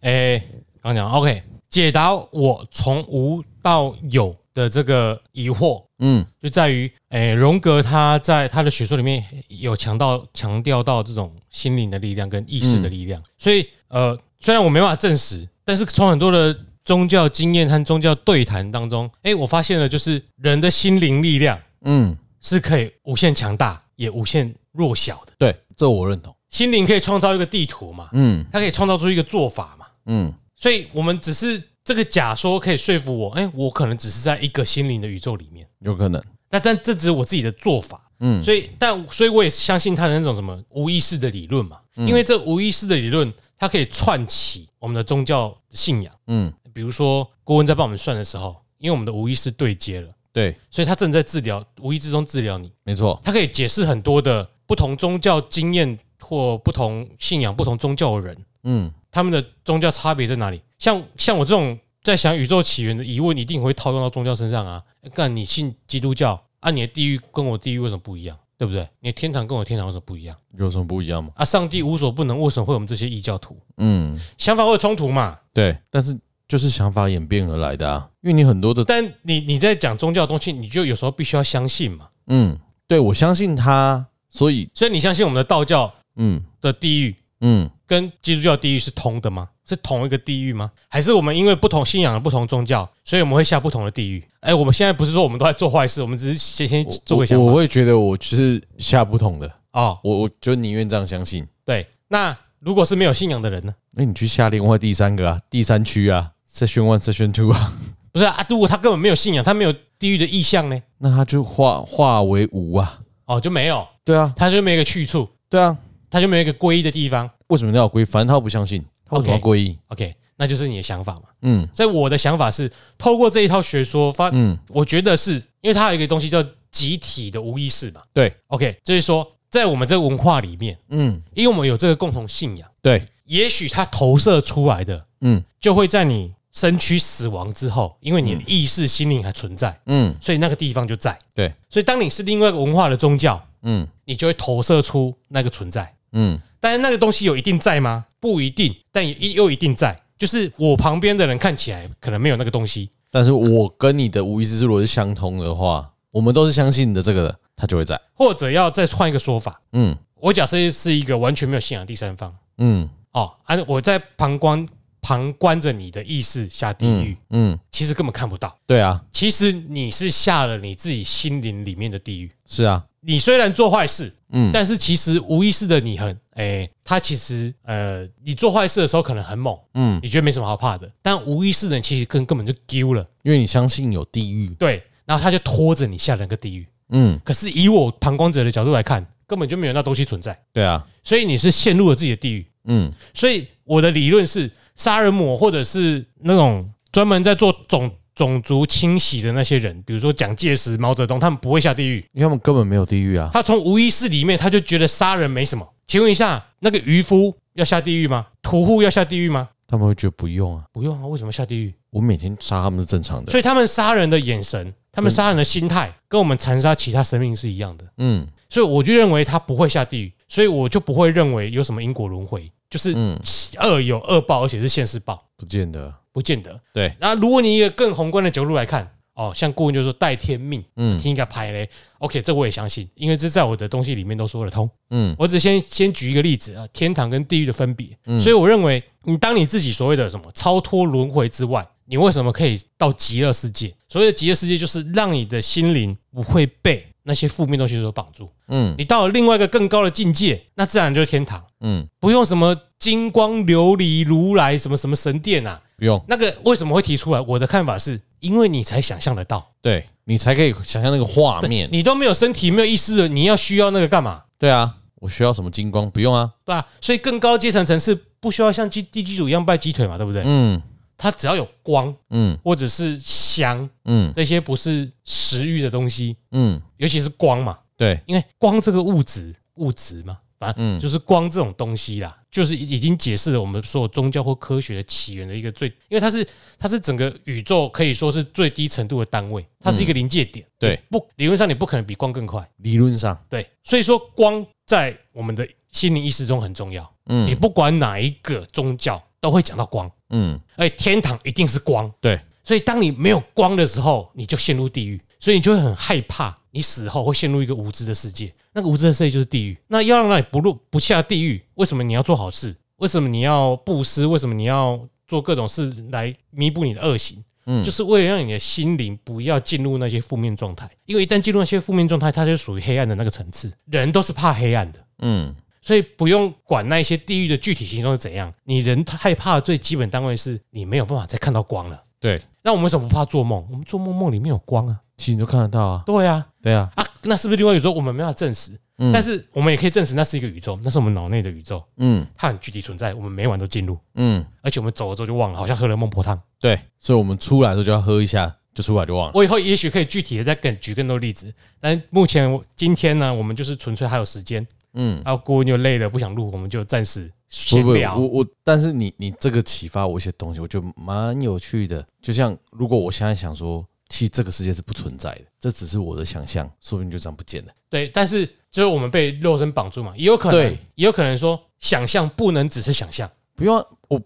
Speaker 2: 诶、刚讲 OK，解答我从无到有的这个疑惑，
Speaker 1: 嗯
Speaker 2: 就在于，诶、荣格他在他的学说里面有强调强调到这种心灵的力量跟意识的力量，所以呃，虽然我没办法证实，但是从很多的宗教经验和宗教对谈当中，诶、我发现了就是人的心灵力量
Speaker 1: 嗯，
Speaker 2: 是可以无限强大，也无限弱小的。
Speaker 1: 对，这我认同。
Speaker 2: 心灵可以创造一个地图嘛，
Speaker 1: 嗯
Speaker 2: 它可以创造出一个做法嘛，
Speaker 1: 嗯
Speaker 2: 所以我们只是这个假说可以说服我，诶、我可能只是在一个心灵的宇宙里面。
Speaker 1: 有可能。
Speaker 2: 那但这只是我自己的做法，
Speaker 1: 嗯
Speaker 2: 所以但所以我也相信他的那种什么无意识的理论嘛，因为这无意识的理论，它可以串起我们的宗教信仰，
Speaker 1: 嗯，
Speaker 2: 比如说郭文在帮我们算的时候，因为我们的无意识对接了，
Speaker 1: 对，
Speaker 2: 所以他正在治疗，无意之中治疗你，
Speaker 1: 没错。
Speaker 2: 它可以解释很多的不同宗教经验或不同信仰、不同宗教的人，
Speaker 1: 嗯
Speaker 2: 他们的宗教差别在哪里？像像我这种在想宇宙起源的疑问，一定会套用到宗教身上啊。干，你信基督教啊，你的地狱跟我地狱为什么不一样？对不对？你的天堂跟我天堂为什么不一样？
Speaker 1: 有什么不一样吗？
Speaker 2: 啊，上帝无所不能，为什么会有我们这些异教徒？
Speaker 1: 嗯，
Speaker 2: 想法会有冲突嘛？
Speaker 1: 对，但是就是想法演变而来的啊，因为你很多的，
Speaker 2: 但你你在讲宗教的东西，你就有时候必须要相信嘛。
Speaker 1: 嗯，对我相信他，所以，
Speaker 2: 所以你相信我们的道教
Speaker 1: 嗯
Speaker 2: 的地狱
Speaker 1: 嗯
Speaker 2: 跟基督教地狱是通的吗？是同一个地狱吗？还是我们因为不同信仰、不同宗教，所以我们会下不同的地狱？哎、我们现在不是说我们都在做坏事，我们只是先先
Speaker 1: 我
Speaker 2: 做个想
Speaker 1: 我
Speaker 2: 法
Speaker 1: 会觉得我是下不同的，
Speaker 2: 哦。
Speaker 1: 我我就宁愿这样相信。
Speaker 2: 对，那如果是没有信仰的人呢？
Speaker 1: 那、你去下另外第三个啊，第三区啊，section one section two 啊，
Speaker 2: 不是啊，啊如果他根本没有信仰，他没有地狱的意向呢？
Speaker 1: 那他就化化为无啊，
Speaker 2: 哦，就没有，
Speaker 1: 对啊
Speaker 2: 他就没有一个去处，
Speaker 1: 对啊，
Speaker 2: 他就没有一个皈依的地方。
Speaker 1: 为什么要归？反正他不相信，他为什么要
Speaker 2: OK
Speaker 1: 皈依
Speaker 2: OK，那就是你的想法嘛。
Speaker 1: 嗯
Speaker 2: 所以我的想法是，透过这一套学说发，
Speaker 1: 嗯，
Speaker 2: 我觉得是因为它有一个东西叫集体的无意识嘛。
Speaker 1: 对，
Speaker 2: OK，就是说，在我们这个文化里面，
Speaker 1: 嗯
Speaker 2: 因为我们有这个共同信仰，
Speaker 1: 对，
Speaker 2: 也许它投射出来的
Speaker 1: 嗯
Speaker 2: 就会在你身躯死亡之后，因为你的意识、心灵还存在，
Speaker 1: 嗯
Speaker 2: 所以那个地方就在。
Speaker 1: 对，
Speaker 2: 所以当你是另外一个文化的宗教，
Speaker 1: 嗯
Speaker 2: 你就会投射出那个存在。
Speaker 1: 嗯
Speaker 2: 但是那个东西有一定在吗？不一定，但也一又一定在。就是我旁边的人看起来可能没有那个东西，
Speaker 1: 但是我跟你的无意识如果是相通的话，我们都是相信的这个的，他就会在。
Speaker 2: 或者要再换一个说法，
Speaker 1: 嗯
Speaker 2: 我假设是一个完全没有信仰的第三方
Speaker 1: 嗯
Speaker 2: 哦，啊，我在旁观旁观着你的意识下地狱，
Speaker 1: 嗯嗯，
Speaker 2: 其实根本看不到。
Speaker 1: 对啊，
Speaker 2: 其实你是下了你自己心灵里面的地狱。
Speaker 1: 是啊，
Speaker 2: 你虽然做坏事，
Speaker 1: 嗯
Speaker 2: 但是其实无意识的你很，哎、他其实呃，你做坏事的时候可能很猛，
Speaker 1: 嗯，
Speaker 2: 你觉得没什么好怕的，但无意识的你其实根根本就丢了，
Speaker 1: 因为你相信有地狱。
Speaker 2: 对，然后他就拖着你下了个地狱。
Speaker 1: 嗯，
Speaker 2: 可是以我旁观者的角度来看，根本就没有那东西存在，
Speaker 1: 对啊，
Speaker 2: 所以你是陷入了自己的地狱。
Speaker 1: 嗯
Speaker 2: 所以我的理论是，杀人魔或者是那种专门在做种种族清洗的那些人，比如说蒋介石、毛泽东，他们不会下地狱。
Speaker 1: 因为他们根本没有地狱啊。
Speaker 2: 他从无意识里面，他就觉得杀人没什么。请问一下，那个渔夫要下地狱吗？屠户要下地狱吗？
Speaker 1: 他们会觉得不用啊，
Speaker 2: 不用啊，为什么要下地狱？
Speaker 1: 我每天杀他们是正常的。
Speaker 2: 所以他们杀人的眼神，他们杀人的心态跟我们残杀其他生命是一样的，
Speaker 1: 嗯
Speaker 2: 所以我就认为他不会下地狱，所以我就不会认为有什么因果轮回，就是
Speaker 1: 嗯，
Speaker 2: 恶有恶报，而且是现世报，
Speaker 1: 不见得，
Speaker 2: 不见得。
Speaker 1: 对，
Speaker 2: 那如果你以一个更宏观的角度来看，哦，像顾问就说带天命，
Speaker 1: 嗯
Speaker 2: 听一个牌嘞，OK，这我也相信，因为这在我的东西里面都说得通。
Speaker 1: 嗯
Speaker 2: 我只先先举一个例子啊，天堂跟地狱的分别。所以我认为，你当你自己所谓的什么超脱轮回之外，你为什么可以到极乐世界？所谓的极乐世界，就是让你的心灵不会被那些负面东西所绑住。
Speaker 1: 嗯
Speaker 2: 你到了另外一个更高的境界，那自然就是天堂，
Speaker 1: 嗯，
Speaker 2: 不用什么金光琉璃如来什么什么神殿啊。
Speaker 1: 不用，
Speaker 2: 那个为什么会提出来？我的看法是，因为你才想象得到，
Speaker 1: 对你才可以想象那个画面，
Speaker 2: 你都没有身体，没有意识了，你要需要那个干嘛？
Speaker 1: 对啊，我需要什么金光？不用啊，
Speaker 2: 对吧、所以更高阶层层次不需要像地地基主一样拜鸡腿嘛，对不对？
Speaker 1: 嗯
Speaker 2: 它只要有光
Speaker 1: 嗯
Speaker 2: 或者是香
Speaker 1: 嗯
Speaker 2: 这些不是食欲的东西，
Speaker 1: 嗯，
Speaker 2: 尤其是光嘛，
Speaker 1: 对，
Speaker 2: 因为光这个物质，物质嘛，反正
Speaker 1: 嗯
Speaker 2: 就是光这种东西啦，就是已已经解释了我们所有宗教或科学的起源的一个最，因为它是它是整个宇宙可以说是最低程度的单位，它是一个临界点。
Speaker 1: 对，
Speaker 2: 不理论上你不可能比光更快，
Speaker 1: 理论上，
Speaker 2: 对，所以说光在我们的心灵意识中很重要。你
Speaker 1: 嗯
Speaker 2: 不管哪一个宗教都会讲到光，
Speaker 1: 嗯，
Speaker 2: 而且天堂一定是光。
Speaker 1: 对，
Speaker 2: 所以当你没有光的时候，你就陷入地狱，所以你就会很害怕，你死后会陷入一个无知的世界，那个无知的世界就是地狱。那要让你不入不下地狱，为什么你要做好事？为什么你要布施？为什么你要做各种事来弥补你的恶行？
Speaker 1: 嗯
Speaker 2: 就是为了让你的心灵不要进入那些负面状态，因为一旦进入那些负面状态，它就属于黑暗的那个层次。人都是怕黑暗的，
Speaker 1: 嗯
Speaker 2: 所以不用管那一些地狱的具体行动是怎样，你人害怕的最基本单位是你没有办法再看到光了。
Speaker 1: 对，
Speaker 2: 那我们为什么不怕做梦？我们做梦梦里面有光啊，
Speaker 1: 其实你都看得到啊，
Speaker 2: 对啊，
Speaker 1: 对啊，
Speaker 2: 啊，那是不是另外一个宇宙我们没办法证实？
Speaker 1: 嗯
Speaker 2: 但是我们也可以证实那是一个宇宙，那是我们脑内的宇宙，
Speaker 1: 嗯
Speaker 2: 它很具体存在，我们每晚都进入，
Speaker 1: 嗯，
Speaker 2: 而且我们走了之后就忘了，好像喝了孟婆 汤。
Speaker 1: 对，所以我们出来的时候就要喝一下，就出来就忘了，
Speaker 2: 我以后也许可以具体的再更举更多例子，但目前我今天呢，我们就是纯粹还有时间，
Speaker 1: 嗯。
Speaker 2: 啊，顾问又累了不想录，我们就暂时
Speaker 1: 不
Speaker 2: 闲
Speaker 1: 不，
Speaker 2: 聊。
Speaker 1: 我我，但是你你这个启发我一些东西，我觉得蛮有趣的。就像如果我现在想说，其实这个世界是不存在的，这只是我的想象，说不定就这样不见了。
Speaker 2: 对，但是就是我们被肉身绑住嘛，也有可能
Speaker 1: 对，
Speaker 2: 也有可能说想象不能只是想象，
Speaker 1: 不用啊、我，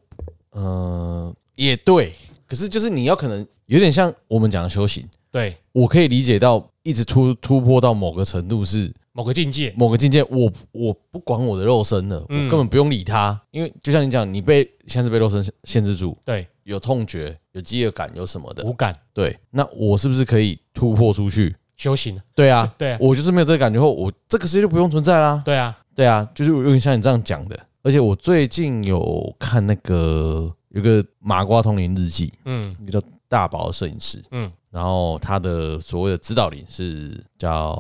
Speaker 1: 呃，也对。可是就是你要可能有点像我们讲的修行，
Speaker 2: 对，
Speaker 1: 我可以理解到一直突突破到某个程度是
Speaker 2: 某个境界，
Speaker 1: 某个境界，我我不管我的肉身了，我
Speaker 2: 嗯
Speaker 1: 根本不用理它，因为就像你讲，你被像是被肉身限制住，
Speaker 2: 对，
Speaker 1: 有痛觉、有饥饿感、有什么的，
Speaker 2: 无感
Speaker 1: 对，那我是不是可以突破出去？
Speaker 2: 修行，
Speaker 1: 对啊，
Speaker 2: 对啊
Speaker 1: 我就是没有这个感觉后，我这个世界就不用存在啦。
Speaker 2: 对啊，
Speaker 1: 对啊，就是有点像你这样讲的。而且我最近有看那个有个麻瓜通灵日记，
Speaker 2: 嗯
Speaker 1: 一个叫大宝的摄影师，
Speaker 2: 嗯，
Speaker 1: 然后他的所谓的指导灵是叫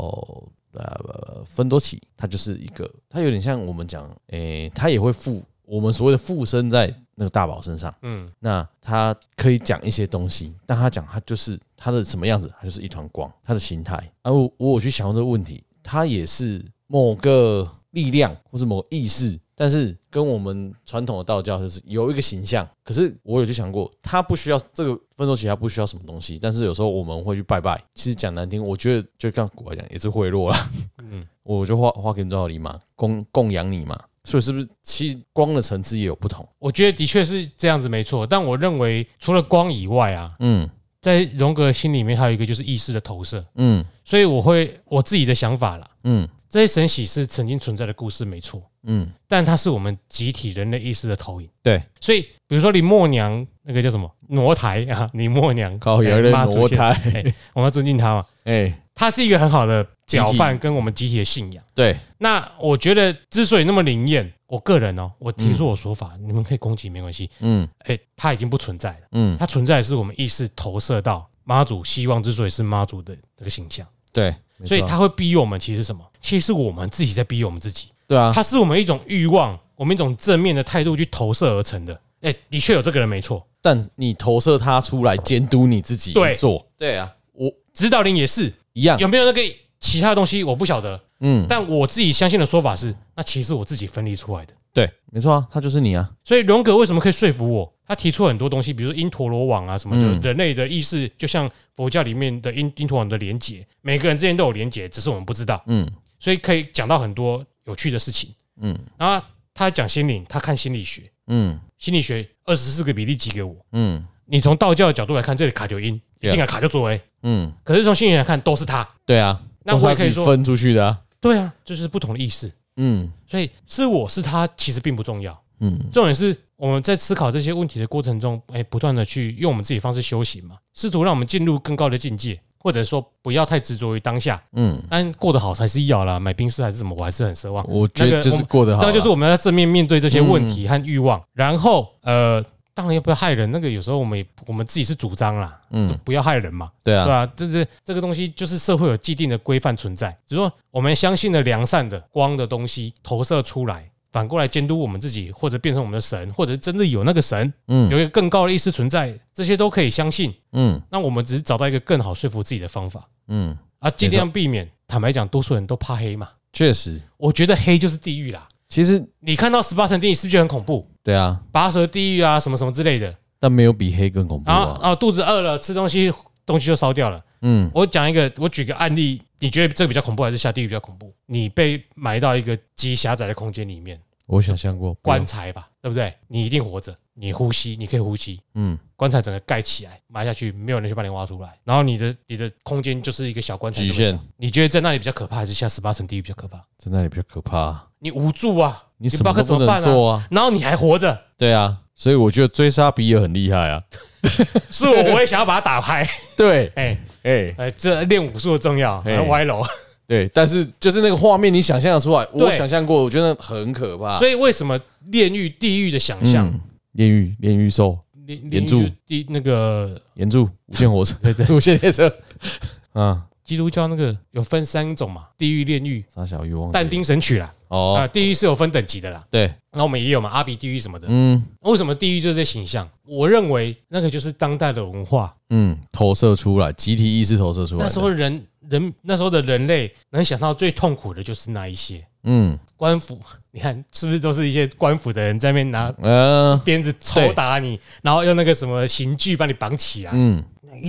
Speaker 1: 呃芬多奇，他就是一个，他有点像我们讲，诶、他也会附我们所谓的附身在那个大宝身上，
Speaker 2: 嗯，
Speaker 1: 那他可以讲一些东西，但他讲他就是他的什么样子，他就是一团光，他的形态。啊，我我有去想过这个问题，他也是某个力量或是某个意识，但是跟我们传统的道教就是有一个形象。可是我有去想过，他不需要这个分手期，他不需要什么东西，但是有时候我们会去拜拜。其实讲难听，我觉得就像古来讲，也是贿赂啦。
Speaker 2: 嗯
Speaker 1: 嗯，我就花花给你多少礼嘛，供供养你嘛。所以是不是其实光的层次也有不同？
Speaker 2: 我觉得的确是这样子没错，但我认为除了光以外啊，
Speaker 1: 嗯
Speaker 2: 在荣格心里面还有一个就是意识的投射，
Speaker 1: 嗯
Speaker 2: 所以我会我自己的想法啦，
Speaker 1: 嗯
Speaker 2: 这些神喜是曾经存在的故事没错，
Speaker 1: 嗯，
Speaker 2: 但它是我们集体人类意识的投影。
Speaker 1: 对。
Speaker 2: 所以，比如说李默娘那个叫什么挪台啊，李默娘
Speaker 1: 高原
Speaker 2: 哎
Speaker 1: 的
Speaker 2: 妈祖
Speaker 1: 挪
Speaker 2: 先
Speaker 1: 台，
Speaker 2: 我们要尊敬他嘛，
Speaker 1: 哎，
Speaker 2: 他是一个很好的典
Speaker 1: 集
Speaker 2: 范，跟我们集体的信仰。
Speaker 1: 对，
Speaker 2: 那我觉得之所以那么灵验，我个人哦，我提出我说法，你们可以攻击没关系。
Speaker 1: 嗯
Speaker 2: 哎、它已经不存在了，
Speaker 1: 嗯，
Speaker 2: 它存在的是我们意识投射到妈祖，希望之所以是妈祖的这个形象，
Speaker 1: 对，没
Speaker 2: 所以
Speaker 1: 错
Speaker 2: 它会逼我们，其实是什么？其实是我们自己在逼我们自己，
Speaker 1: 对啊，
Speaker 2: 它是我们一种欲望，我们一种正面的态度去投射而成的。哎、的确有这个人没错，
Speaker 1: 但你投射他出来监督你自己
Speaker 2: 对
Speaker 1: 做，对啊，我
Speaker 2: 指导灵也是，
Speaker 1: 一样，
Speaker 2: 有没有那个其他东西我不晓得，
Speaker 1: 啊嗯，
Speaker 2: 但我自己相信的说法是，那其实我自己分离出来的。
Speaker 1: 对，没错啊，他就是你啊。
Speaker 2: 所以荣格为什么可以说服我？他提出很多东西，比如说因陀罗网啊什么的，
Speaker 1: 嗯
Speaker 2: 人类的意识就像佛教里面的因因陀网的连结，每个人之间都有连结，只是我们不知道，
Speaker 1: 嗯
Speaker 2: 所以可以讲到很多有趣的事情。
Speaker 1: 嗯
Speaker 2: 然后他讲心灵，他看心理学，
Speaker 1: 嗯
Speaker 2: 心理学二十四个比例集给我。
Speaker 1: 嗯
Speaker 2: 你从道教的角度来看，这里卡就因，一
Speaker 1: Yeah
Speaker 2: 定啊卡就作为，
Speaker 1: 嗯，
Speaker 2: 可是从心理学来看都是他。
Speaker 1: 对啊，
Speaker 2: 那
Speaker 1: 都是
Speaker 2: 我
Speaker 1: 他
Speaker 2: 也可以
Speaker 1: 自己
Speaker 2: 说
Speaker 1: 分出去的啊。
Speaker 2: 对啊，就是不同的意识。
Speaker 1: 嗯
Speaker 2: 所以是我是他，其实并不重要。
Speaker 1: 嗯
Speaker 2: 重点是我们在思考这些问题的过程中，哎、不断的去用我们自己的方式修行嘛，试图让我们进入更高的境界，或者说不要太执着于当下，
Speaker 1: 嗯，
Speaker 2: 但过得好才是要啦。买冰室还是什么，我还是很奢望。
Speaker 1: 我觉
Speaker 2: 那
Speaker 1: 得
Speaker 2: 个
Speaker 1: 就是过得好
Speaker 2: 当
Speaker 1: 啦，
Speaker 2: 然就是我们要正面面对这些
Speaker 1: 嗯
Speaker 2: 问题和欲望，然后呃，当然也不要害人。那个有时候我们也我们自己是主张啦，就
Speaker 1: 嗯，
Speaker 2: 不要害人嘛，
Speaker 1: 对啊
Speaker 2: 对，吧、这这这个东西就是社会有既定的规范存在，只是说我们相信的良善的光的东西投射出来，反过来监督我们自己，或者变成我们的神，或者是真的有那个神，
Speaker 1: 嗯
Speaker 2: 有一个更高的意识存在，这些都可以相信。
Speaker 1: 嗯
Speaker 2: 那我们只是找到一个更好说服自己的方法
Speaker 1: 嗯，
Speaker 2: 啊，尽量避免。坦白讲，多数人都怕黑嘛，
Speaker 1: 确实，
Speaker 2: 我觉得黑就是地狱啦。
Speaker 1: 其实
Speaker 2: 你看到十八层地狱是不是觉得很恐怖？
Speaker 1: 对啊，
Speaker 2: 拔舌地狱啊，什么什么之类的。
Speaker 1: 但没有比黑更恐怖
Speaker 2: 然后
Speaker 1: 啊。
Speaker 2: 啊，肚子饿了，吃东西，东西就烧掉了。
Speaker 1: 嗯
Speaker 2: 我讲一个，我举个案例，你觉得这个比较恐怖，还是下地狱比较恐怖？你被埋到一个极狭窄的空间里面，
Speaker 1: 我想象过
Speaker 2: 棺，材吧，对不对？你一定活着，你呼吸，你可以呼吸。
Speaker 1: 嗯，
Speaker 2: 棺材整个盖起来，埋下去，没有人去把你挖出来，然后你的你的空间就是一个小棺材。
Speaker 1: 极限。
Speaker 2: 你觉得在那里比较可怕，还是下十八层地狱比较可怕？
Speaker 1: 在那里比较可怕啊，
Speaker 2: 你无助啊，
Speaker 1: 你
Speaker 2: 不
Speaker 1: 什
Speaker 2: 知道该
Speaker 1: 么
Speaker 2: 怎
Speaker 1: 都不
Speaker 2: 么办
Speaker 1: 能
Speaker 2: 啊。
Speaker 1: 做啊。
Speaker 2: 然后你还活着，
Speaker 1: 对啊，所以我觉得追杀比尔很厉害啊。
Speaker 2: 是我，我也想要把它打开。
Speaker 1: 对，
Speaker 2: 哎、
Speaker 1: 哎，
Speaker 2: 哎，这练武术的重要，
Speaker 1: 嘿啊
Speaker 2: 还歪楼。
Speaker 1: 对，但是就是那个画面，你想象得出来，我
Speaker 2: 对
Speaker 1: 想象过，我觉得很可怕。
Speaker 2: 所以为什么炼狱、地狱的想象，
Speaker 1: 嗯，炼狱，炼狱兽，
Speaker 2: 炼
Speaker 1: 原
Speaker 2: 炼狱
Speaker 1: 著
Speaker 2: 就地那个
Speaker 1: 岩柱，无限 火车，
Speaker 2: 对对，
Speaker 1: 无限列车，啊，
Speaker 2: 基督教那个有分三种嘛，地狱、炼狱、
Speaker 1: 傻小欲望，
Speaker 2: 但丁神曲啦。啊，
Speaker 1: 哦，
Speaker 2: 地狱是有分等级的啦。
Speaker 1: 对，
Speaker 2: 那我们也有嘛，阿鼻地狱什么的。
Speaker 1: 嗯
Speaker 2: 为什么地狱就是这形象？我认为那个就是当代的文化。
Speaker 1: 嗯，投射出来，集体意识投射出来的，
Speaker 2: 那时候人人那时候的人类能想到最痛苦的就是那一些
Speaker 1: 嗯
Speaker 2: 官府，你看是不是都是一些官府的人在那边拿
Speaker 1: 呃
Speaker 2: 鞭子抽
Speaker 1: 对
Speaker 2: 打你，然后用那个什么刑具把你绑起来。
Speaker 1: 嗯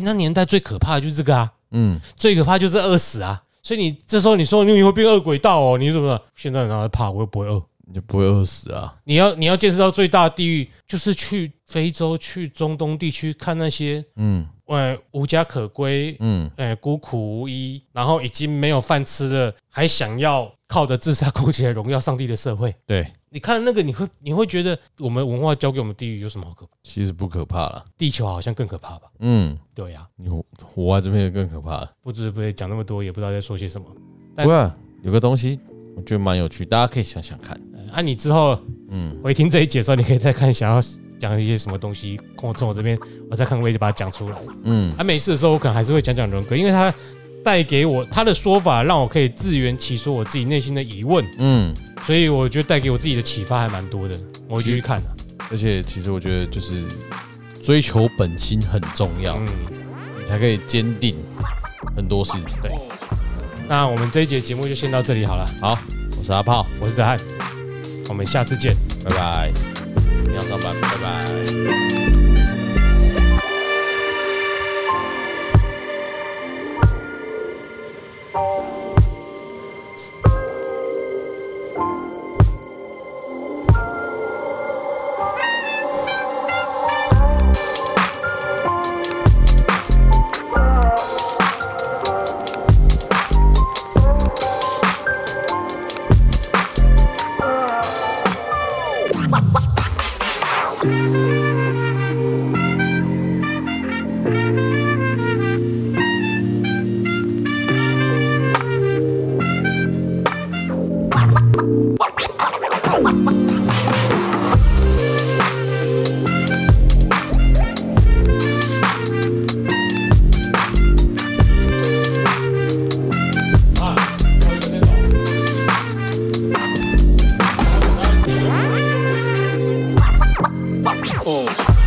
Speaker 2: 那年代最可怕的就是这个啊，
Speaker 1: 嗯，
Speaker 2: 最可怕就是饿死啊。所以你这时候你说你会变饿鬼道哦，你怎么现在哪会怕？我又不会饿。
Speaker 1: 你就不会饿死啊。
Speaker 2: 你要你要见识到最大的地狱，就是去非洲、去中东地区看那些
Speaker 1: 嗯
Speaker 2: 呃无家可归、
Speaker 1: 嗯
Speaker 2: 呃孤苦无依，然后已经没有饭吃了，还想要靠着自杀苟且荣耀上帝的社会。
Speaker 1: 对，
Speaker 2: 你看那个，你会你会觉得我们文化教给我们地狱有什么好可怕？
Speaker 1: 其实不可怕啦。
Speaker 2: 地球好像更可怕吧？
Speaker 1: 嗯，
Speaker 2: 对呀、
Speaker 1: 你活活在这边就更可怕了。
Speaker 2: 不知不觉讲那么多，也不知道在说些什么。但
Speaker 1: 不过啊有个东西我觉得蛮有趣，大家可以想想看。
Speaker 2: 呃啊，你之后
Speaker 1: 嗯，
Speaker 2: 我一听这一节的时候，你可以再看想要讲一些什么东西，跟我从我这边，我再看我也就把它讲出来。
Speaker 1: 嗯
Speaker 2: 啊，没事的时候，我可能还是会讲讲人格，因为他带给我他的说法，让我可以自圆其说我自己内心的疑问，
Speaker 1: 嗯，
Speaker 2: 所以我觉得带给我自己的启发还蛮多的。我会继续看的、啊
Speaker 1: 而且其实我觉得就是追求本心很重要，
Speaker 2: 嗯，
Speaker 1: 你才可以坚定很多事。对，
Speaker 2: 那我们这一节节目就先到这里好了。
Speaker 1: 好，我是阿炮，
Speaker 2: 我是子涵，我们下次见。
Speaker 1: 拜拜，你要上班，拜拜。
Speaker 3: Oh.